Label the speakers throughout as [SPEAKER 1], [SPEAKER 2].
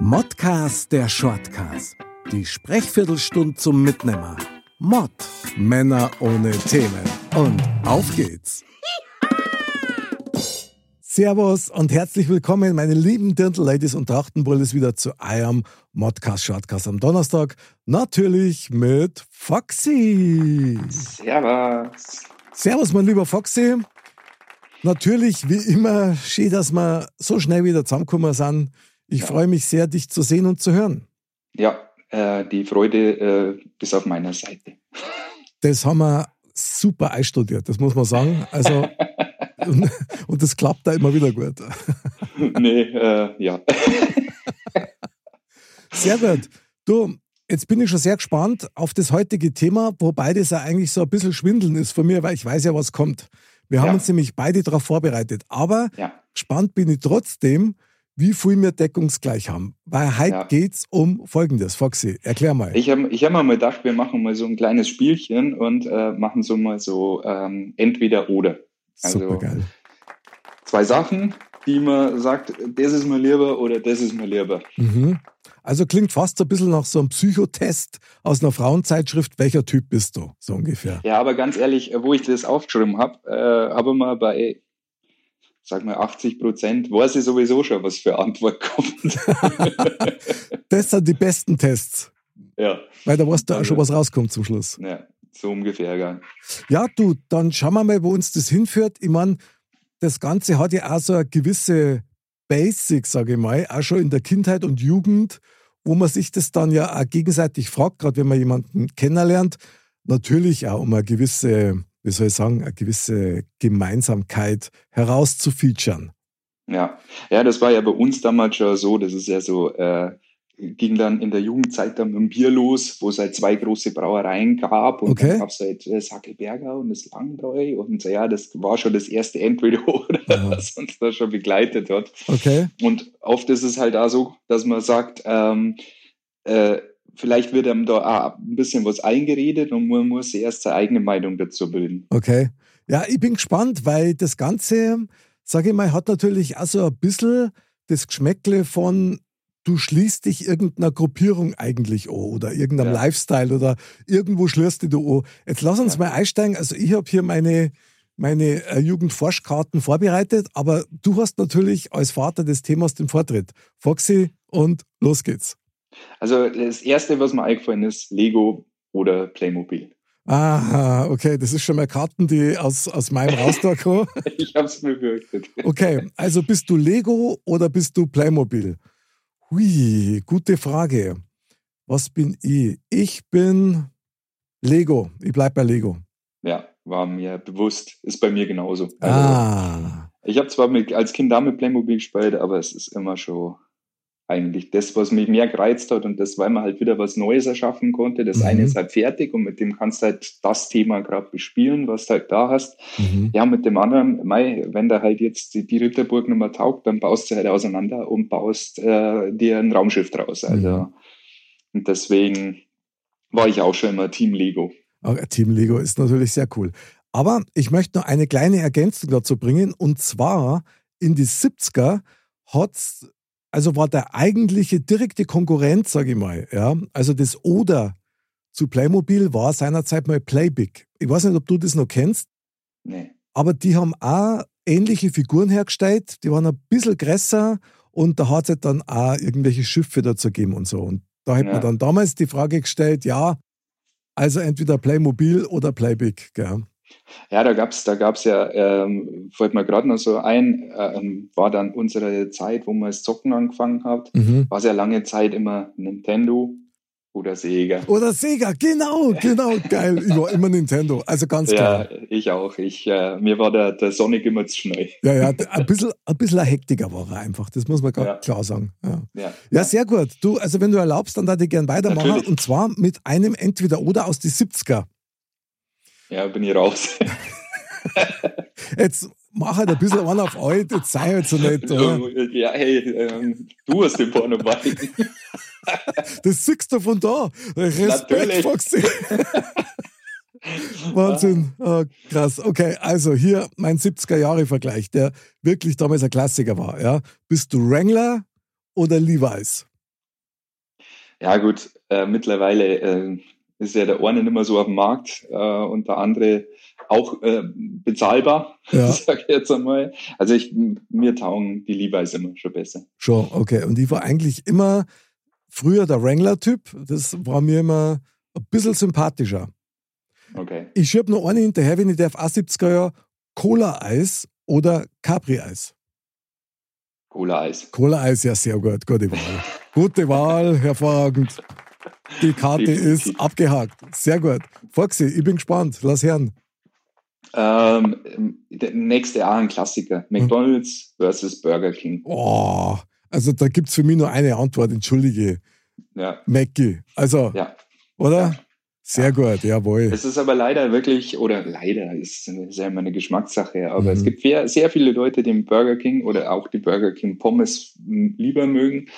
[SPEAKER 1] Modcast der Shortcast. Die Sprechviertelstunde zum Mitnehmer. Mod. Männer ohne Themen. Und auf geht's. Servus und herzlich willkommen, meine lieben Dirndl-Ladies und Trachtenbullis, wieder zu eurem Modcast Shortcast am Donnerstag. Natürlich mit Foxy.
[SPEAKER 2] Servus.
[SPEAKER 1] Servus, mein lieber Foxy. Natürlich, wie immer, schön, dass wir so schnell wieder zusammengekommen sind. Ich
[SPEAKER 2] Ja.
[SPEAKER 1] freue mich sehr, dich zu sehen und zu hören.
[SPEAKER 2] Ja, äh, die Freude äh, ist auf meiner Seite.
[SPEAKER 1] Das haben wir super einstudiert, das muss man sagen. Also, und, und das klappt da immer wieder gut.
[SPEAKER 2] nee, äh, ja.
[SPEAKER 1] Sehr gut. Du, jetzt bin ich schon sehr gespannt auf das heutige Thema, wobei das ja eigentlich so ein bisschen schwindeln ist von mir, weil ich weiß ja, was kommt. Wir haben
[SPEAKER 2] Ja.
[SPEAKER 1] uns nämlich beide darauf vorbereitet. Aber
[SPEAKER 2] Ja,
[SPEAKER 1] gespannt bin ich trotzdem, wie viel wir deckungsgleich haben. Weil heute
[SPEAKER 2] Ja.
[SPEAKER 1] geht's um Folgendes. Foxy, erklär mal.
[SPEAKER 2] ich habe ich hab mir mal gedacht, wir machen mal so ein kleines Spielchen und äh, machen so mal so ähm, entweder oder. also-
[SPEAKER 1] Super geil.
[SPEAKER 2] Zwei Sachen, die man sagt, das ist mir lieber oder das ist mir lieber.
[SPEAKER 1] Mhm. Also klingt fast so ein bisschen nach so einem Psychotest aus einer Frauenzeitschrift. Welcher Typ bist du? So ungefähr.
[SPEAKER 2] Ja, aber ganz ehrlich, äh, wo ich das aufgeschrieben habe, äh, habe ich mal bei, sag mal, 80 Prozent, weiß ich sowieso schon, was für Antwort kommt.
[SPEAKER 1] Das sind die besten Tests,
[SPEAKER 2] ja,
[SPEAKER 1] weil da weißt du auch
[SPEAKER 2] Also-
[SPEAKER 1] schon, was rauskommt zum Schluss.
[SPEAKER 2] ja, so ungefähr, gell.
[SPEAKER 1] Ja, du, dann schauen wir mal, wo uns das hinführt. Ich meine, das Ganze hat ja auch so eine gewisse Basic, sage ich mal, auch schon in der Kindheit und Jugend, wo man sich das dann ja auch gegenseitig fragt, gerade wenn man jemanden kennenlernt. Natürlich auch, um eine gewisse, wie soll ich sagen, eine gewisse Gemeinsamkeit herauszufeaturen.
[SPEAKER 2] Ja, ja, das war ja bei uns damals schon so. Das ist ja so, äh, ging dann in der Jugendzeit dann mit dem Bier los, wo es halt zwei große Brauereien gab und
[SPEAKER 1] Okay.
[SPEAKER 2] dann gab es halt äh, Sackelberger und das Langbräu und so, ja, das war schon das erste Entweder oder,
[SPEAKER 1] Aha.
[SPEAKER 2] was uns da schon begleitet hat.
[SPEAKER 1] Okay?
[SPEAKER 2] Und oft ist es halt auch so, dass man sagt, ähm, äh, vielleicht wird einem da auch ein bisschen was eingeredet und man muss erst seine eigene Meinung dazu bilden.
[SPEAKER 1] Okay. Ja, ich bin gespannt, weil das Ganze, sage ich mal, hat natürlich auch so ein bisschen das Geschmäckle von, du schließt dich irgendeiner Gruppierung eigentlich an oder irgendeinem
[SPEAKER 2] Ja.
[SPEAKER 1] Lifestyle oder irgendwo schlürst dich du an. Jetzt lass uns
[SPEAKER 2] Ja.
[SPEAKER 1] mal einsteigen. Also ich habe hier meine, meine äh, Jugendforschkarten vorbereitet, aber du hast natürlich als Vater des Themas den Vortritt. Foxy und los geht's.
[SPEAKER 2] Also das Erste, was mir eingefallen ist, Lego oder Playmobil.
[SPEAKER 1] Aha, okay, das ist schon mal Karten, die aus, aus meinem Raster kommen.
[SPEAKER 2] Ich hab's mir befürchtet.
[SPEAKER 1] Okay, also bist du Lego oder bist du Playmobil? Hui, gute Frage. Was bin ich? Ich bin Lego. Ich bleib bei Lego.
[SPEAKER 2] Ja, war mir bewusst. Ist bei mir genauso. Also,
[SPEAKER 1] Ah.
[SPEAKER 2] ich habe zwar mit, als Kind damit Playmobil gespielt, aber es ist immer schon eigentlich das, was mich mehr gereizt hat und das, weil man halt wieder was Neues erschaffen konnte. Das
[SPEAKER 1] Mhm.
[SPEAKER 2] eine ist halt fertig und mit dem kannst du halt das Thema gerade bespielen, was du halt da hast.
[SPEAKER 1] Mhm.
[SPEAKER 2] Ja, mit dem anderen, mei, wenn da halt jetzt die, die Ritterburg nicht mehr taugt, dann baust du halt auseinander und baust äh, dir ein Raumschiff draus. Also,
[SPEAKER 1] Mhm.
[SPEAKER 2] und deswegen war ich auch schon immer Team Lego.
[SPEAKER 1] Ah, Team Lego ist natürlich sehr cool. Aber ich möchte noch eine kleine Ergänzung dazu bringen. Und zwar in die 70er hat's, also war der eigentliche direkte Konkurrent, sage ich mal, ja, also das Oder zu Playmobil war seinerzeit mal Playbig. Ich weiß nicht, ob du das noch kennst,
[SPEAKER 2] Nee.
[SPEAKER 1] aber die haben auch ähnliche Figuren hergestellt, die waren ein bisschen größer und da hat es dann auch irgendwelche Schiffe dazu gegeben und so. Und da hat
[SPEAKER 2] Ja.
[SPEAKER 1] man dann damals die Frage gestellt, ja, also entweder Playmobil oder Playbig, gell?
[SPEAKER 2] Ja, da gab's, da gab's ja, ähm, fällt mir gerade noch so ein, ähm, war dann unsere Zeit, wo man das Zocken angefangen hat,
[SPEAKER 1] Mhm.
[SPEAKER 2] war sehr lange Zeit immer Nintendo oder Sega.
[SPEAKER 1] Oder Sega, genau, genau, geil. Ich war immer Nintendo, also ganz
[SPEAKER 2] ja,
[SPEAKER 1] klar.
[SPEAKER 2] ich auch. Ich, äh, mir war der, der Sonic immer zu schnell.
[SPEAKER 1] Ja, ja, ein bisschen, ein bisschen ein hektiker war er einfach, das muss man ganz
[SPEAKER 2] Ja.
[SPEAKER 1] klar sagen. Ja.
[SPEAKER 2] Ja,
[SPEAKER 1] ja, sehr gut. Du, also wenn du erlaubst, dann darf ich gern weitermachen
[SPEAKER 2] Natürlich.
[SPEAKER 1] und zwar mit einem Entweder-Oder aus die 70er.
[SPEAKER 2] ja, bin ich raus.
[SPEAKER 1] Jetzt mach halt ein bisschen einen auf alt, jetzt sei halt so nett, oder?
[SPEAKER 2] ja, hey, ähm, du hast den Porno bei.
[SPEAKER 1] Das siehst du von da. Respekt,
[SPEAKER 2] Natürlich.
[SPEAKER 1] Foxy. Wahnsinn. Ah, krass. Okay, also hier mein 70er-Jahre-Vergleich, der wirklich damals ein Klassiker war. Ja? Bist du Wrangler oder Levi's?
[SPEAKER 2] Ja, gut, äh, mittlerweile äh, ist ja der eine nicht mehr so auf dem Markt äh, und der andere auch äh, bezahlbar,
[SPEAKER 1] Ja.
[SPEAKER 2] sag ich jetzt einmal. Also ich, mir taugen die Levi's immer schon besser.
[SPEAKER 1] Schon, okay. Und ich war eigentlich immer früher der Wrangler-Typ. Das war mir immer ein bisschen sympathischer.
[SPEAKER 2] Okay.
[SPEAKER 1] Ich schieb noch eine hinterher, wenn ich darf, A70er Jahr, Cola-Eis oder Capri-Eis.
[SPEAKER 2] Cola-Eis.
[SPEAKER 1] Cola-Eis, ja, sehr gut. Gute Wahl. Gute Wahl, hervorragend. Die Karte
[SPEAKER 2] Definitiv.
[SPEAKER 1] ist abgehakt. Sehr gut. Foxy, ich bin gespannt. Lass hören.
[SPEAKER 2] Ähm, der nächste A, ein
[SPEAKER 1] Hm.
[SPEAKER 2] Klassiker. McDonald's versus Burger King.
[SPEAKER 1] Oh, also da gibt es für mich nur eine Antwort. Entschuldige.
[SPEAKER 2] Ja,
[SPEAKER 1] Mackie. Also,
[SPEAKER 2] ja.
[SPEAKER 1] oder? Sehr gut, jawohl.
[SPEAKER 2] Es ist aber leider wirklich, oder leider ist, ist ja immer eine Geschmackssache, aber
[SPEAKER 1] Mhm.
[SPEAKER 2] es gibt sehr, sehr viele Leute, die den Burger King oder auch die Burger King Pommes m, lieber mögen.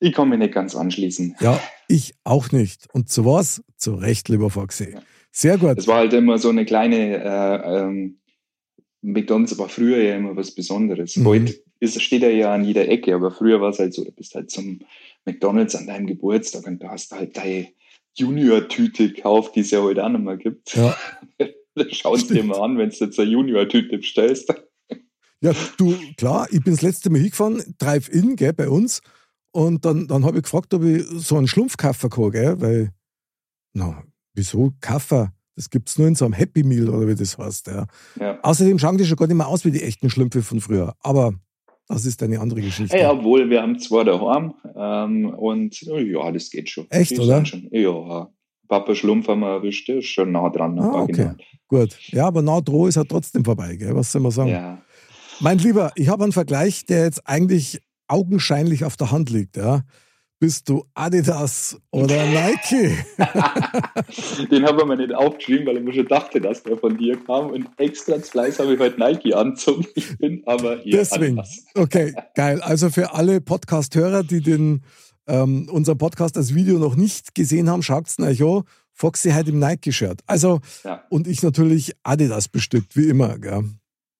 [SPEAKER 2] Ich kann mich nicht ganz anschließen.
[SPEAKER 1] Ja, ich auch nicht. Und zu was? Zu Recht, lieber Foxy. Sehr gut.
[SPEAKER 2] Es war halt immer so eine kleine, äh, ähm, McDonalds war früher ja immer was Besonderes.
[SPEAKER 1] Mhm.
[SPEAKER 2] Heute ist, steht er ja an jeder Ecke, aber früher war es halt so, du bist halt zum McDonalds an deinem Geburtstag und da hast du halt deine Junior-Tüte gekauft, die es ja heute auch nicht mehr gibt.
[SPEAKER 1] Ja.
[SPEAKER 2] Das schaust du dir
[SPEAKER 1] Stimmt.
[SPEAKER 2] mal an, wenn du jetzt eine Junior-Tüte bestellst.
[SPEAKER 1] Ja, du, klar, ich bin das letzte Mal hingefahren, Drive-In, gell, bei uns. Und dann, dann habe ich gefragt, ob ich so einen Schlumpfkaffer kann, gell, weil, na, wieso Kaffer? Das gibt es nur in so einem Happy Meal oder wie das heißt, ja.
[SPEAKER 2] Ja.
[SPEAKER 1] Außerdem schauen die schon gar nicht mehr aus wie die echten Schlümpfe von früher. Aber das ist eine andere Geschichte.
[SPEAKER 2] Ja, obwohl wir haben zwei daheim ähm, und oh, ja, das geht schon.
[SPEAKER 1] Echt,
[SPEAKER 2] Die
[SPEAKER 1] oder?
[SPEAKER 2] sind Schon, ja, Papa Schlumpf haben wir erwischt, der ist schon nah dran.
[SPEAKER 1] Ah,
[SPEAKER 2] am
[SPEAKER 1] okay.
[SPEAKER 2] Original.
[SPEAKER 1] Gut. Ja, aber nah droh ist halt trotzdem vorbei, gell? Was soll man sagen?
[SPEAKER 2] Ja,
[SPEAKER 1] Mein Lieber, ich habe einen Vergleich, der jetzt eigentlich augenscheinlich auf der Hand liegt, ja. Bist du Adidas oder Nike?
[SPEAKER 2] den haben wir mir nicht aufgeschrieben, weil ich mir schon dachte, dass der von dir kam und extra zu Fleiß habe ich heute Nike anzogen. Ich bin aber ihr
[SPEAKER 1] Deswegen.
[SPEAKER 2] Anpass.
[SPEAKER 1] Okay, geil. Also für alle Podcast-Hörer, die den, ähm, unseren Podcast als Video noch nicht gesehen haben, schaut's euch an. Foxy halt im Nike-Shirt. Also,
[SPEAKER 2] Ja.
[SPEAKER 1] und ich natürlich Adidas bestückt, wie immer. Gell?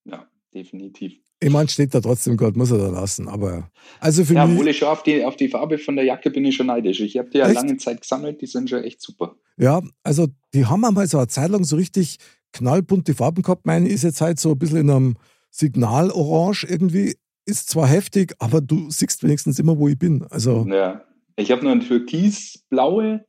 [SPEAKER 2] Ja, definitiv.
[SPEAKER 1] Ich meine, steht da trotzdem Gott, muss er da lassen. Aber, also für
[SPEAKER 2] Ja,
[SPEAKER 1] mich.
[SPEAKER 2] obwohl ich schon auf die, auf die Farbe von der Jacke bin ich schon neidisch. Ich habe die ja
[SPEAKER 1] Echt?
[SPEAKER 2] lange Zeit gesammelt, die sind schon echt super.
[SPEAKER 1] Ja, also die haben einmal so eine Zeit lang so richtig knallbunte Farben gehabt. Meine ist jetzt halt so ein bisschen in einem Signalorange irgendwie. Ist zwar heftig, aber du siehst wenigstens immer, wo ich bin. Also,
[SPEAKER 2] Ja. Ich habe noch ein türkisblaue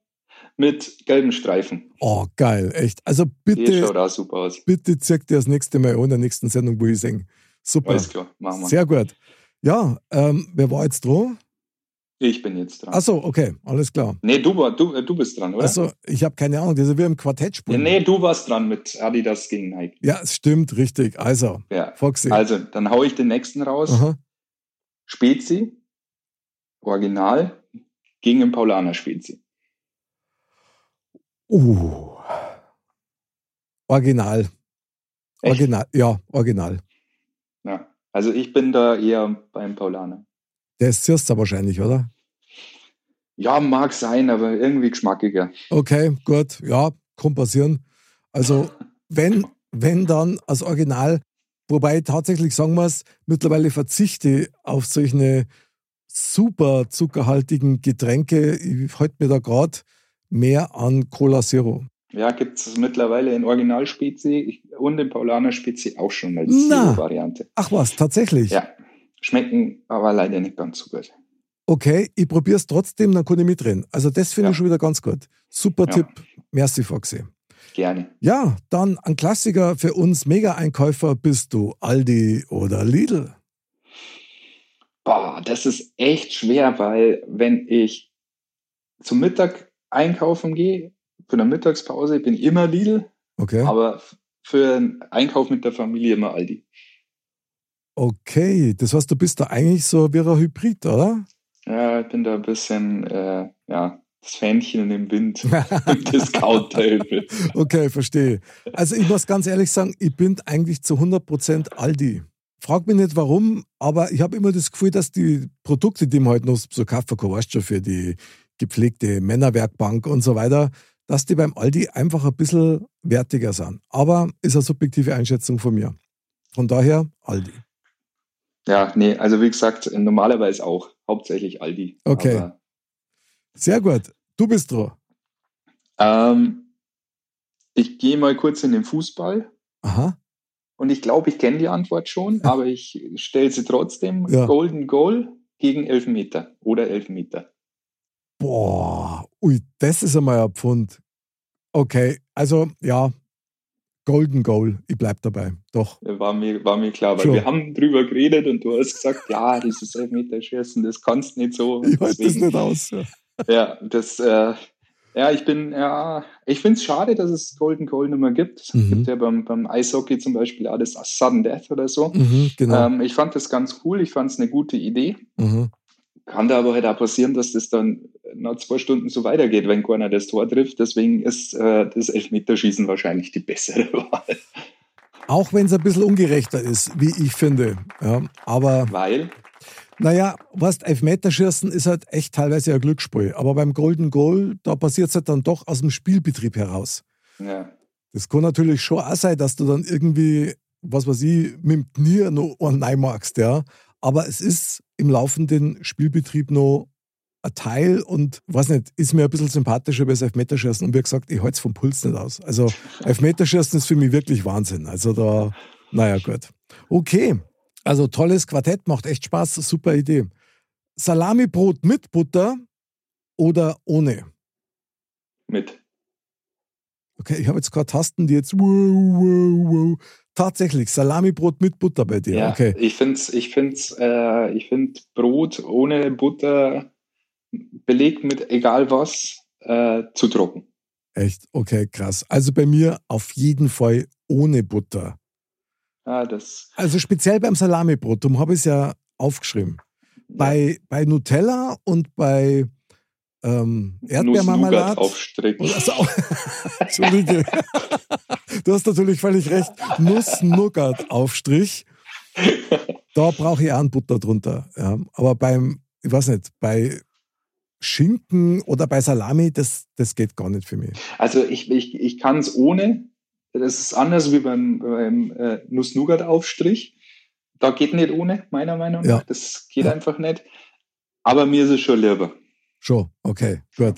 [SPEAKER 2] mit gelben Streifen.
[SPEAKER 1] oh, geil, echt. Also
[SPEAKER 2] Die
[SPEAKER 1] bitte,
[SPEAKER 2] schaut auch super aus.
[SPEAKER 1] bitte zeigt dir das nächste Mal an, in der nächsten Sendung, wo ich singe. Super,
[SPEAKER 2] Alles klar, machen wir.
[SPEAKER 1] sehr gut. Ja, ähm, wer war jetzt dran?
[SPEAKER 2] ich bin jetzt dran.
[SPEAKER 1] Achso, okay, alles klar.
[SPEAKER 2] Nee, du, war- du, du bist dran, oder?
[SPEAKER 1] Also, ich habe keine Ahnung, das ist wie im Quartett
[SPEAKER 2] Ja,
[SPEAKER 1] spielen.
[SPEAKER 2] nee, du warst dran mit Adidas gegen Nike.
[SPEAKER 1] Ja, es stimmt, richtig. Also,
[SPEAKER 2] Ja.
[SPEAKER 1] Foxy.
[SPEAKER 2] Also, dann hau ich den nächsten raus.
[SPEAKER 1] Aha.
[SPEAKER 2] Spezi, Original, gegen den Paulaner Spezi.
[SPEAKER 1] Uh. Original.
[SPEAKER 2] Echt?
[SPEAKER 1] Original, ja, original.
[SPEAKER 2] Ja. Also ich bin da eher beim Paulaner.
[SPEAKER 1] Der ist Zirster wahrscheinlich, oder?
[SPEAKER 2] Ja, mag sein, aber irgendwie geschmackiger.
[SPEAKER 1] Okay, gut, ja, kann passieren. Also, wenn, wenn dann als Original, wobei ich tatsächlich sagen muss, mittlerweile verzichte auf solche super zuckerhaltigen Getränke. Ich halte mir da gerade mehr an Cola Zero.
[SPEAKER 2] Ja, gibt es mittlerweile in Original Spezi und in Paulaner Spezi auch schon als
[SPEAKER 1] Na.
[SPEAKER 2] Variante.
[SPEAKER 1] Ach was, tatsächlich?
[SPEAKER 2] Ja. Schmecken aber leider nicht ganz so gut.
[SPEAKER 1] Okay, ich probiere es trotzdem, dann kann ich mitreden. Also, das finde
[SPEAKER 2] Ja.
[SPEAKER 1] ich schon wieder ganz gut. Super
[SPEAKER 2] Ja.
[SPEAKER 1] Tipp. Merci, Foxy.
[SPEAKER 2] Gerne.
[SPEAKER 1] Ja, dann ein Klassiker für uns Mega-Einkäufer bist du Aldi oder Lidl.
[SPEAKER 2] Boah, das ist echt schwer, weil wenn ich zum Mittag einkaufen gehe, für eine Mittagspause, bin ich immer Lidl,
[SPEAKER 1] Okay.
[SPEAKER 2] aber f- für einen Einkauf mit der Familie immer Aldi.
[SPEAKER 1] Okay, das heißt, du bist da eigentlich so wie ein Hybrid, oder?
[SPEAKER 2] Ja, ich bin da ein bisschen, äh, ja, das Fähnchen im Wind im Discount-Table.
[SPEAKER 1] Okay, verstehe. Also ich muss ganz ehrlich sagen, ich bin eigentlich zu 100% Aldi. Frag mich nicht warum, aber ich habe immer das Gefühl, dass die Produkte, die man heute noch so kaufen kann, weißt du, für die gepflegte Männerwerkbank und so weiter, dass die beim Aldi einfach ein bisschen wertiger sind. Aber ist eine subjektive Einschätzung von mir. Von daher Aldi.
[SPEAKER 2] Ja, nee, also wie gesagt, normalerweise auch, hauptsächlich Aldi.
[SPEAKER 1] Okay.
[SPEAKER 2] Aber
[SPEAKER 1] Sehr gut. Du bist dran.
[SPEAKER 2] Ähm, ich gehe mal kurz in den Fußball
[SPEAKER 1] Aha.
[SPEAKER 2] und ich glaube, ich kenne die Antwort schon, aber ich stelle sie trotzdem.
[SPEAKER 1] Ja.
[SPEAKER 2] Golden Goal gegen Elfmeter oder Elfmeter.
[SPEAKER 1] Boah, ui, das ist einmal ein Pfund. Okay, also ja, Golden Goal, ich bleib dabei. Doch.
[SPEAKER 2] War mir, war mir klar, weil
[SPEAKER 1] Schon.
[SPEAKER 2] wir haben drüber geredet und du hast gesagt, ja, dieses Elfmeterschießen, das kannst nicht so.
[SPEAKER 1] Ich halte das
[SPEAKER 2] Deswegen-
[SPEAKER 1] nicht aus. Ja.
[SPEAKER 2] Ja, das, äh, ja, ich bin, ja, ich finde es schade, dass es Golden Goal nicht mehr gibt. Es
[SPEAKER 1] Mhm.
[SPEAKER 2] gibt ja beim, beim Eishockey zum Beispiel auch das Sudden Death oder so.
[SPEAKER 1] Mhm, genau.
[SPEAKER 2] Ähm, ich fand das ganz cool, ich fand es eine gute Idee.
[SPEAKER 1] Mhm.
[SPEAKER 2] Kann da aber halt auch passieren, dass das dann nach zwei Stunden so weitergeht, wenn keiner das Tor trifft. Deswegen ist äh, das Elfmeterschießen wahrscheinlich die bessere Wahl.
[SPEAKER 1] Auch wenn es ein bisschen ungerechter ist, wie ich finde. Ja, aber
[SPEAKER 2] Weil,
[SPEAKER 1] Naja, weißt, Elfmeterschießen ist halt echt teilweise ein Glücksspiel. Aber beim Golden Goal, da passiert es halt dann doch aus dem Spielbetrieb heraus.
[SPEAKER 2] ja,
[SPEAKER 1] Das kann natürlich schon auch sein, dass du dann irgendwie, was weiß ich, mit dem Knie noch einen reinmachst, ja. Aber es ist im laufenden Spielbetrieb noch ein Teil und, weiß nicht, ist mir ein bisschen sympathischer über das Elfmeterschießen. Und wie gesagt, ich halte es vom Puls nicht aus. Also, Elfmeterschießen ist für mich wirklich Wahnsinn. Also, da, naja, gut. Okay. Also, tolles Quartett, macht echt Spaß, super Idee. Salamibrot mit Butter oder ohne?
[SPEAKER 2] mit.
[SPEAKER 1] Okay, ich habe jetzt gerade Tasten, die jetzt. Wow, wow, wow. Tatsächlich, Salamibrot mit Butter bei dir.
[SPEAKER 2] Ja,
[SPEAKER 1] Okay.
[SPEAKER 2] ich finde ich find's, äh, ich find Brot ohne Butter belegt mit egal was äh, zu trocken.
[SPEAKER 1] Echt, okay, krass. Also bei mir auf jeden Fall ohne Butter.
[SPEAKER 2] Ja, das,
[SPEAKER 1] Also speziell beim Salamibrot, darum habe ich es ja aufgeschrieben. Bei, bei Nutella und bei ähm,
[SPEAKER 2] ja, Nuss Nougat
[SPEAKER 1] Erdbeermarmelade.
[SPEAKER 2] aufstricken.
[SPEAKER 1] Oder so. Entschuldige. Du hast natürlich völlig recht. Nuss-Nougat-Aufstrich. Da brauche ich auch einen Butter drunter. Ja. Aber beim, ich weiß nicht, bei Schinken oder bei Salami, das, das geht gar nicht für mich.
[SPEAKER 2] Also ich, ich, ich kann es ohne. Das ist anders wie beim, beim äh, Nuss-Nougat-Aufstrich. Da geht nicht ohne, meiner Meinung
[SPEAKER 1] Ja.
[SPEAKER 2] nach. Das geht
[SPEAKER 1] Ja.
[SPEAKER 2] einfach nicht. Aber mir ist es schon lieber.
[SPEAKER 1] Schon, okay, gut.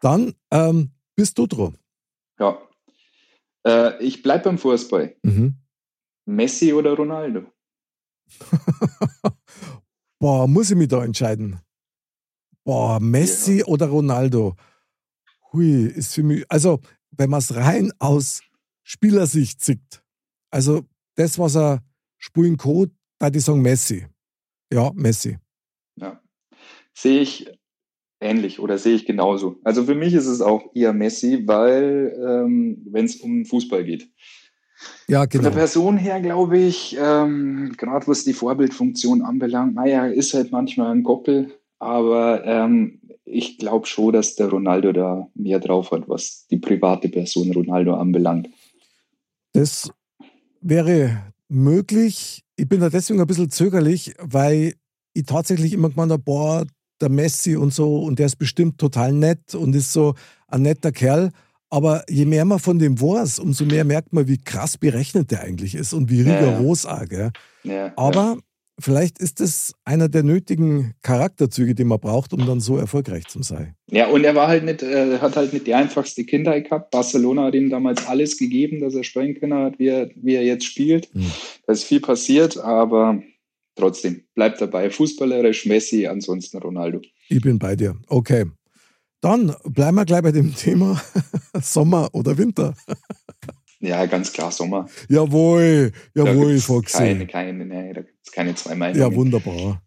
[SPEAKER 1] Dann ähm, bist du dran.
[SPEAKER 2] Ja. Äh, ich bleibe beim Fußball.
[SPEAKER 1] Mhm.
[SPEAKER 2] Messi oder Ronaldo?
[SPEAKER 1] Boah, muss ich mich da entscheiden? Boah, Messi oder Ronaldo? Hui, ist für mich, also wenn man es rein aus Spielersicht sieht, also das, was er spielen kann, da die sagen Messi. Ja, Messi.
[SPEAKER 2] sehe ich ähnlich oder sehe ich genauso. Also für mich ist es auch eher Messi, weil ähm, wenn es um Fußball geht.
[SPEAKER 1] Ja,
[SPEAKER 2] Von der
[SPEAKER 1] genau.
[SPEAKER 2] Person her glaube ich, ähm, gerade was die Vorbildfunktion anbelangt, naja, ist halt manchmal ein Goppel, aber ähm, ich glaube schon, dass der Ronaldo da mehr drauf hat, was die private Person Ronaldo anbelangt.
[SPEAKER 1] Das wäre möglich. Ich bin da deswegen ein bisschen zögerlich, weil ich tatsächlich immer gemeint habe, boah, der Messi und so, und der ist bestimmt total nett und ist so ein netter Kerl. Aber je mehr man von dem weiß, umso mehr merkt man, wie krass berechnet der eigentlich ist und wie
[SPEAKER 2] Ja, ja.
[SPEAKER 1] rigoros auch, gell?
[SPEAKER 2] Ja, ja.
[SPEAKER 1] Aber vielleicht ist es einer der nötigen Charakterzüge, die man braucht, um dann so erfolgreich zu sein.
[SPEAKER 2] ja, und er war halt nicht, äh, hat halt nicht die einfachste Kindheit gehabt. Barcelona hat ihm damals alles gegeben, dass er spielen können hat, wie er, wie er jetzt spielt.
[SPEAKER 1] Hm.
[SPEAKER 2] Da ist viel passiert, aber trotzdem, bleibt dabei. Fußballerisch Messi, ansonsten Ronaldo.
[SPEAKER 1] Ich bin bei dir. Okay. Dann bleiben wir gleich bei dem Thema Sommer oder Winter.
[SPEAKER 2] Ja, ganz klar, Sommer.
[SPEAKER 1] Jawohl,
[SPEAKER 2] Da
[SPEAKER 1] jawohl,
[SPEAKER 2] gibt's
[SPEAKER 1] Foxy.
[SPEAKER 2] Keine, keine, nee, da gibt es keine zwei
[SPEAKER 1] ja,
[SPEAKER 2] Meinungen.
[SPEAKER 1] wunderbar.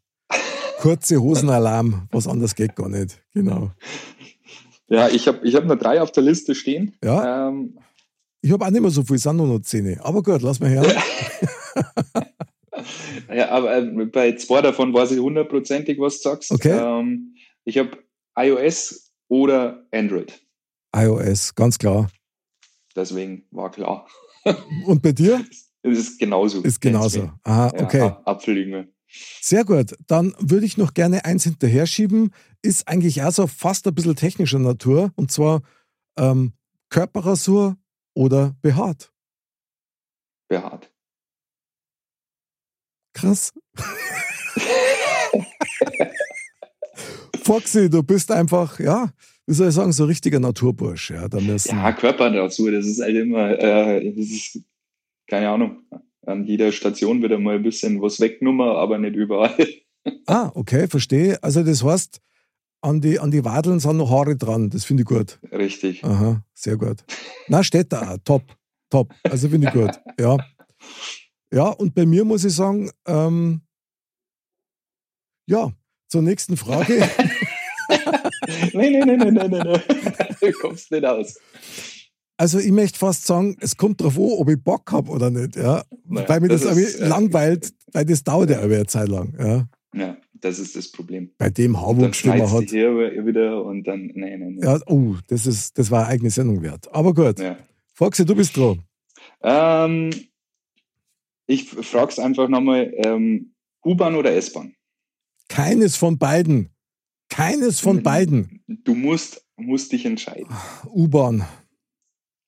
[SPEAKER 1] Kurze Hosenalarm, was anderes geht gar nicht. Genau.
[SPEAKER 2] Ja, ich habe ich hab nur drei auf der Liste stehen.
[SPEAKER 1] Ja,
[SPEAKER 2] Ähm,
[SPEAKER 1] ich habe auch nicht mehr so viel Sand und Zähne. Aber gut, lass mal her.
[SPEAKER 2] ja, aber äh, bei zwei davon weiß ich hundertprozentig, was du sagst.
[SPEAKER 1] Okay.
[SPEAKER 2] Ähm, ich habe iOS oder Android.
[SPEAKER 1] iOS, ganz klar.
[SPEAKER 2] Deswegen war klar.
[SPEAKER 1] Und bei dir
[SPEAKER 2] Es ist genauso.
[SPEAKER 1] ist genauso. Aha,
[SPEAKER 2] Ja,
[SPEAKER 1] okay.
[SPEAKER 2] Ab- Apfeljünger.
[SPEAKER 1] Sehr gut. Dann würde ich noch gerne eins hinterher schieben. Ist eigentlich auch so fast ein bisschen technischer Natur. Und zwar ähm, Körperrasur oder behaart.
[SPEAKER 2] Behaart.
[SPEAKER 1] Krass. Foxy, du bist einfach, ja, wie soll ich sagen, so ein richtiger Naturbursch. Ja, da müssen,
[SPEAKER 2] Ja, Körpertemperatur, das ist halt immer, äh, das ist, keine Ahnung. An jeder Station wird einmal ein bisschen was wegnummer, aber nicht überall.
[SPEAKER 1] Ah, okay, verstehe. Also das heißt, an die, an die Wadeln sind noch Haare dran. Das finde ich gut.
[SPEAKER 2] Richtig.
[SPEAKER 1] Aha, sehr gut. Na, steht da auch. Top, top. Also finde ich gut. Ja. Ja, und bei mir muss ich sagen, ähm, ja, zur nächsten Frage.
[SPEAKER 2] Nein, nein, nein, nein, nein, nein. Du kommst nicht aus.
[SPEAKER 1] Also ich möchte fast sagen, es kommt drauf an, ob ich Bock habe oder nicht. Ja?
[SPEAKER 2] Naja,
[SPEAKER 1] weil mir das,
[SPEAKER 2] das
[SPEAKER 1] das
[SPEAKER 2] ist, äh,
[SPEAKER 1] langweilt, weil das dauert ja, ja eine Zeit lang. Ja?
[SPEAKER 2] Ja, das ist das Problem.
[SPEAKER 1] Bei dem
[SPEAKER 2] Dann
[SPEAKER 1] Haarwuchs, den man
[SPEAKER 2] schneidest du
[SPEAKER 1] hat.
[SPEAKER 2] hier wieder und dann, nein, nein, nein.
[SPEAKER 1] Ja, oh, das, ist, das war eine eigene Sendung wert. Aber gut.
[SPEAKER 2] Ja.
[SPEAKER 1] Foxy, du bist dran.
[SPEAKER 2] Ähm, ich frage es einfach nochmal, ähm, U-Bahn oder S-Bahn?
[SPEAKER 1] Keines von beiden. Keines von
[SPEAKER 2] Mhm.
[SPEAKER 1] beiden.
[SPEAKER 2] Du musst, musst dich entscheiden.
[SPEAKER 1] Ah. U-Bahn.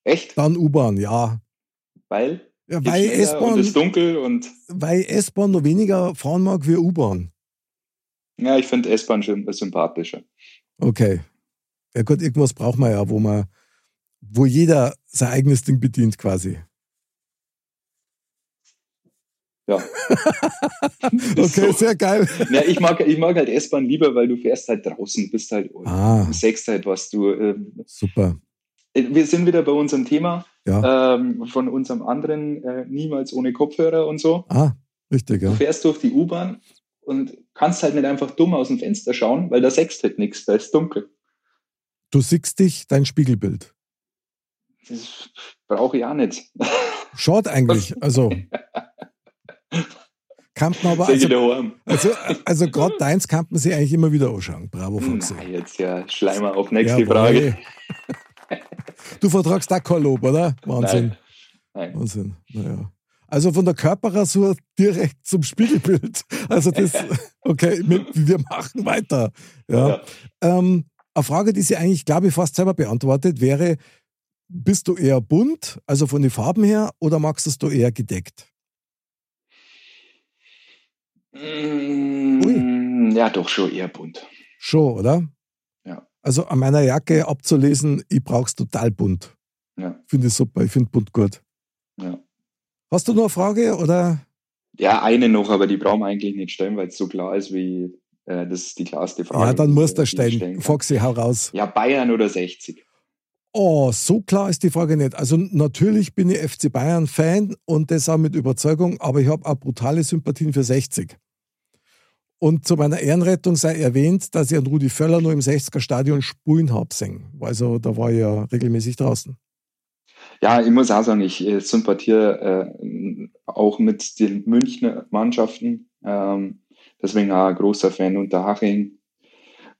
[SPEAKER 2] Echt?
[SPEAKER 1] Dann U-Bahn, ja.
[SPEAKER 2] Weil?
[SPEAKER 1] ja
[SPEAKER 2] Geht's
[SPEAKER 1] weil
[SPEAKER 2] schneller Und es ist
[SPEAKER 1] S-Bahn
[SPEAKER 2] dunkel und,
[SPEAKER 1] weil S-Bahn noch weniger fahren mag wie U-Bahn.
[SPEAKER 2] ja, ich finde S-Bahn schon äh, sympathischer.
[SPEAKER 1] Okay. Ja gut, irgendwas braucht man ja, wo man, wo jeder sein eigenes Ding bedient quasi.
[SPEAKER 2] Ja.
[SPEAKER 1] Okay,
[SPEAKER 2] So.
[SPEAKER 1] sehr geil.
[SPEAKER 2] ja ich, mag, ich mag halt S-Bahn lieber, weil du fährst halt draußen, bist halt,
[SPEAKER 1] Ah,
[SPEAKER 2] du sägst halt, was du, ähm, äh,
[SPEAKER 1] super.
[SPEAKER 2] Wir sind wieder bei unserem Thema,
[SPEAKER 1] Ja.
[SPEAKER 2] ähm, von unserem anderen, äh, niemals ohne Kopfhörer und so.
[SPEAKER 1] Ah, richtig,
[SPEAKER 2] Du
[SPEAKER 1] ja.
[SPEAKER 2] fährst durch die U-Bahn und kannst halt nicht einfach dumm aus dem Fenster schauen, weil da sechst halt nichts, da ist dunkel.
[SPEAKER 1] Du siehst dich, dein Spiegelbild.
[SPEAKER 2] Das brauche ich auch nicht.
[SPEAKER 1] Schaut eigentlich, also. Kann man aber,
[SPEAKER 2] Sag ich
[SPEAKER 1] also,
[SPEAKER 2] daheim.
[SPEAKER 1] also, also gerade deins kann man sich eigentlich immer wieder anschauen. Bravo, Foxy.
[SPEAKER 2] Na, jetzt ja, Schleimer auf Hm, nächste
[SPEAKER 1] Jawohl.
[SPEAKER 2] Frage.
[SPEAKER 1] Du vertragst da kein Lob, oder? Wahnsinn.
[SPEAKER 2] Nein. Nein.
[SPEAKER 1] Wahnsinn. Naja. Also von der Körperrasur direkt zum Spiegelbild. Also das, okay, wir, wir machen weiter. Ja.
[SPEAKER 2] Ja.
[SPEAKER 1] Ähm, eine Frage, die sie eigentlich, glaube ich, fast selber beantwortet, wäre, bist du eher bunt, also von den Farben her, oder magst es du eher gedeckt?
[SPEAKER 2] Mm, ja, doch schon eher bunt.
[SPEAKER 1] Schon, oder?
[SPEAKER 2] Ja.
[SPEAKER 1] Also an meiner Jacke abzulesen, ich brauch's total bunt.
[SPEAKER 2] Ja.
[SPEAKER 1] Finde ich super, ich finde bunt gut.
[SPEAKER 2] Ja.
[SPEAKER 1] Hast du noch eine Frage oder?
[SPEAKER 2] Ja, eine noch, aber die brauchen wir eigentlich nicht stellen, weil es so klar ist wie, äh, das ist die klarste Frage.
[SPEAKER 1] ja, dann musst
[SPEAKER 2] die
[SPEAKER 1] du
[SPEAKER 2] ich
[SPEAKER 1] stellen.
[SPEAKER 2] stellen kann.
[SPEAKER 1] Foxy, hau raus.
[SPEAKER 2] Ja, Bayern oder 60?
[SPEAKER 1] Oh, so klar ist die Frage nicht. Also natürlich bin ich FC Bayern Fan und das auch mit Überzeugung, aber ich habe auch brutale Sympathien für 60. Und zu meiner Ehrenrettung sei erwähnt, dass ich an Rudi Völler nur im 60er Stadion Spulen hab singen. Also da war ich ja regelmäßig draußen.
[SPEAKER 2] Ja, ich muss auch sagen, ich äh, sympathiere äh, auch mit den Münchner Mannschaften. Ähm, deswegen auch ein großer Fan unter Haching.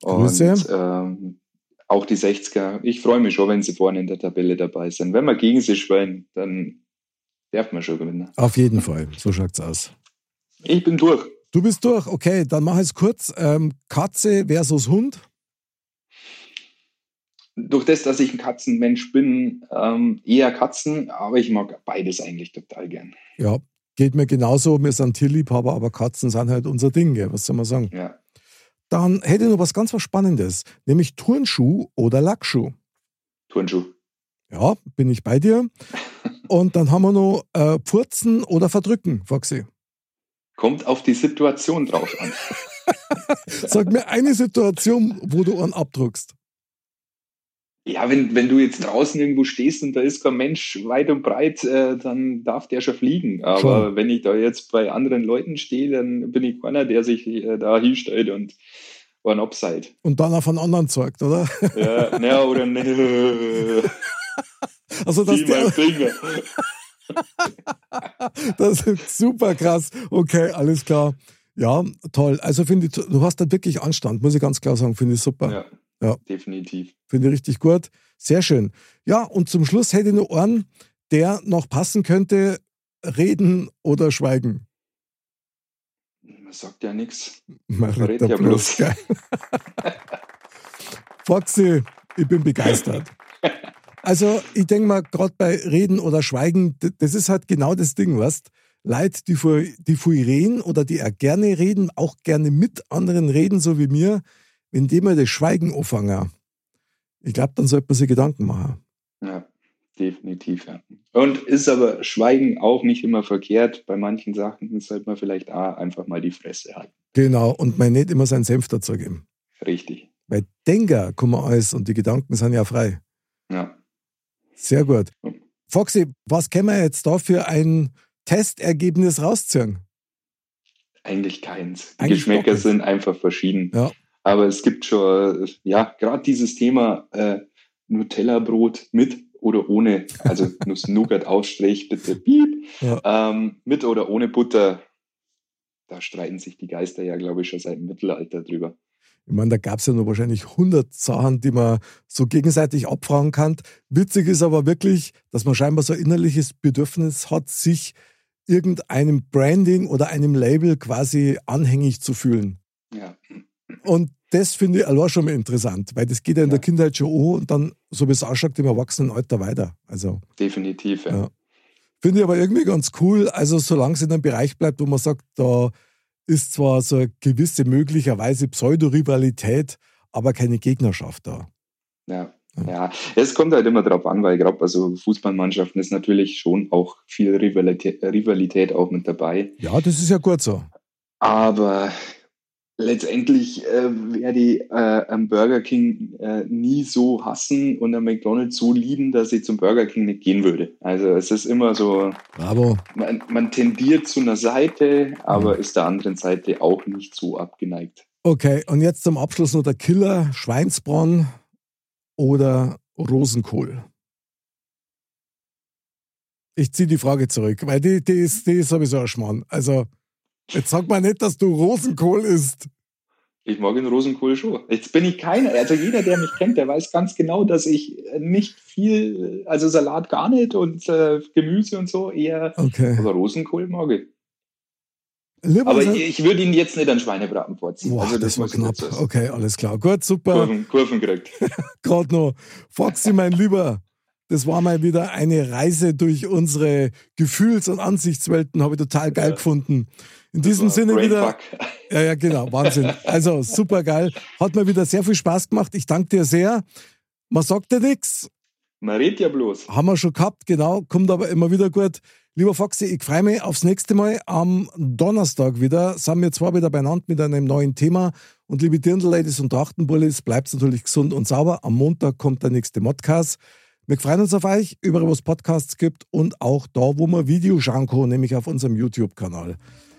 [SPEAKER 1] Grüße.
[SPEAKER 2] Und ähm, auch die 60er. Ich freue mich schon, wenn sie vorne in der Tabelle dabei sind. Wenn wir gegen sie spielen, dann darf man schon gewinnen.
[SPEAKER 1] Auf jeden Fall. So schaut's aus.
[SPEAKER 2] Ich bin durch.
[SPEAKER 1] Du bist durch. Okay, dann mach es kurz. Ähm, Katze versus Hund.
[SPEAKER 2] Durch das, dass ich ein Katzenmensch bin, ähm, eher Katzen, aber ich mag beides eigentlich total gern.
[SPEAKER 1] Ja, geht mir genauso. Wir sind Tierliebhaber, aber Katzen sind halt unser Ding. Gell? Was soll man sagen?
[SPEAKER 2] Ja.
[SPEAKER 1] Dann hätte ich noch was ganz was Spannendes, nämlich Turnschuh oder Lackschuh.
[SPEAKER 2] Turnschuh.
[SPEAKER 1] Ja, bin ich bei dir. Und dann haben wir noch äh, Purzen oder Verdrücken, Foxy.
[SPEAKER 2] Kommt auf die Situation drauf an.
[SPEAKER 1] Sag mir eine Situation, wo du einen abdruckst.
[SPEAKER 2] Ja, wenn, wenn du jetzt draußen irgendwo stehst und da ist kein Mensch weit und breit, äh, dann darf der schon fliegen. Aber
[SPEAKER 1] Schon.
[SPEAKER 2] wenn ich da jetzt bei anderen Leuten stehe, dann bin ich keiner, der sich äh, da hinstellt und one upside.
[SPEAKER 1] Und dann auf einen anderen zeigt, oder?
[SPEAKER 2] Ja, ne, oder ne,
[SPEAKER 1] Also das,
[SPEAKER 2] zieh mal Finger.
[SPEAKER 1] das ist super krass. Okay, alles klar. Ja, toll. Also finde ich, du hast da wirklich Anstand, muss ich ganz klar sagen. Finde ich super.
[SPEAKER 2] Ja,
[SPEAKER 1] Ja.
[SPEAKER 2] definitiv.
[SPEAKER 1] Finde ich richtig gut. Sehr schön. Ja, und zum Schluss hätte ich noch einen, der noch passen könnte, reden oder schweigen.
[SPEAKER 2] Man sagt ja nichts.
[SPEAKER 1] Man
[SPEAKER 2] redet ja bloß.
[SPEAKER 1] gell? Foxy, ich bin begeistert. Also, ich denke mal, gerade bei Reden oder Schweigen, d- das ist halt genau das Ding, was? Leute, die für, die für reden oder die auch gerne reden, auch gerne mit anderen reden, so wie mir, wenn die mal das Schweigen anfangen, ich glaube, dann sollte man sich Gedanken machen.
[SPEAKER 2] Ja, definitiv. Ja. Und ist aber Schweigen auch nicht immer verkehrt. Bei manchen Sachen sollte man vielleicht A, einfach mal die Fresse halten.
[SPEAKER 1] Genau, und man nicht immer seinen Senf dazu geben.
[SPEAKER 2] Richtig.
[SPEAKER 1] Weil Denker kann man alles und die Gedanken sind ja frei.
[SPEAKER 2] Ja.
[SPEAKER 1] Sehr gut. Foxy, was können wir jetzt da für ein Testergebnis rausziehen?
[SPEAKER 2] Eigentlich keins. Die Geschmäcker sind einfach verschieden.
[SPEAKER 1] Ja.
[SPEAKER 2] Aber es gibt schon, ja, gerade dieses Thema äh, Nutella-Brot mit oder ohne, also Nuss-Nougat-Aufstrich, bitte piep,
[SPEAKER 1] Ja.
[SPEAKER 2] ähm, mit oder ohne Butter. Da streiten sich die Geister ja, glaube ich, schon seit dem Mittelalter drüber.
[SPEAKER 1] Ich meine, da gab es ja nur wahrscheinlich 100 Sachen, die man so gegenseitig abfragen kann. Witzig ist aber wirklich, dass man scheinbar so ein innerliches Bedürfnis hat, sich irgendeinem Branding oder einem Label quasi anhängig zu fühlen.
[SPEAKER 2] Ja,
[SPEAKER 1] Und das finde ich allein schon mal interessant, weil das geht ja in
[SPEAKER 2] Ja.
[SPEAKER 1] der Kindheit schon an und dann, so wie es ausschaut, im Erwachsenenalter weiter. Also
[SPEAKER 2] definitiv. Ja.
[SPEAKER 1] Ja. finde ich aber irgendwie ganz cool. Also solange es in einem Bereich bleibt, wo man sagt, da ist zwar so eine gewisse möglicherweise Pseudo-Rivalität, aber keine Gegnerschaft da.
[SPEAKER 2] Ja.
[SPEAKER 1] Ja.
[SPEAKER 2] Ja, es kommt halt immer drauf an, weil gerade bei so Fußballmannschaften ist natürlich schon auch viel Rivalität, Rivalität auch mit dabei.
[SPEAKER 1] Ja, das ist ja gut so.
[SPEAKER 2] Aber letztendlich äh, werde ich äh, am Burger King äh, nie so hassen und am McDonald's so lieben, dass ich zum Burger King nicht gehen würde. Also es ist immer so,
[SPEAKER 1] Bravo.
[SPEAKER 2] man, man tendiert zu einer Seite, aber ist der anderen Seite auch nicht so abgeneigt.
[SPEAKER 1] Okay, und jetzt zum Abschluss noch der Killer, Schweinsbronn oder Rosenkohl? Ich ziehe die Frage zurück, weil die, die, ist, die ist sowieso ein Schmarrn. Also, jetzt sag mal nicht, dass du Rosenkohl isst.
[SPEAKER 2] Ich mag den Rosenkohl schon. Jetzt bin ich keiner. Also jeder, der mich kennt, der weiß ganz genau, dass ich äh, nicht viel, also Salat gar nicht und äh, Gemüse und so eher,
[SPEAKER 1] Okay.
[SPEAKER 2] aber Rosenkohl mag ich.
[SPEAKER 1] Lieber
[SPEAKER 2] Aber
[SPEAKER 1] Sa-
[SPEAKER 2] ich, ich würde ihn jetzt nicht an Schweinebraten vorziehen.
[SPEAKER 1] Boah,
[SPEAKER 2] also
[SPEAKER 1] das, war
[SPEAKER 2] muss ich
[SPEAKER 1] knapp.
[SPEAKER 2] jetzt so-
[SPEAKER 1] Okay, alles klar. Gut, super.
[SPEAKER 2] Kurven, Kurven gekriegt.
[SPEAKER 1] gerade noch. Foxy, mein Lieber, das war mal wieder eine Reise durch unsere Gefühls- und Ansichtswelten, habe ich total geil
[SPEAKER 2] Ja.
[SPEAKER 1] gefunden. In diesem Sinne wieder.
[SPEAKER 2] Brainfuck.
[SPEAKER 1] Ja, ja, genau, Wahnsinn. Also super geil. Hat mir wieder sehr viel Spaß gemacht. Ich danke dir sehr. Man sagt ja nichts,
[SPEAKER 2] Man redet ja bloß.
[SPEAKER 1] haben wir schon gehabt, genau, kommt aber immer wieder gut. Lieber Foxy, ich freue mich aufs nächste Mal am Donnerstag wieder. Sind wir zwar wieder beieinander mit einem neuen Thema. Und liebe Dirndl-Ladies und Trachtenbullis, bleibt natürlich gesund und sauber. Am Montag kommt der nächste Modcast. Wir freuen uns auf euch, überall wo es Podcasts gibt und auch da, wo man Video schauen kann, nämlich auf unserem YouTube-Kanal.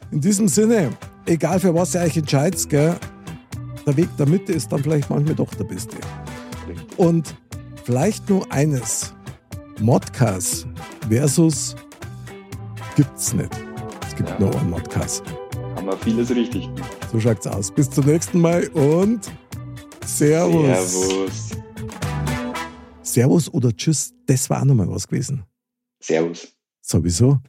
[SPEAKER 1] In diesem Sinne, egal für was ihr euch entscheidet, gell, der Weg der Mitte ist dann vielleicht manchmal doch der beste. Und vielleicht nur eines. Modcast versus gibt's nicht. Es gibt
[SPEAKER 2] Ja.
[SPEAKER 1] nur einen Modcast.
[SPEAKER 2] Haben wir vieles richtig.
[SPEAKER 1] So schaut's aus. Bis zum nächsten Mal und Servus. Servus,
[SPEAKER 2] Servus.
[SPEAKER 1] oder Tschüss, das war auch nochmal was gewesen.
[SPEAKER 2] Servus.
[SPEAKER 1] Sowieso.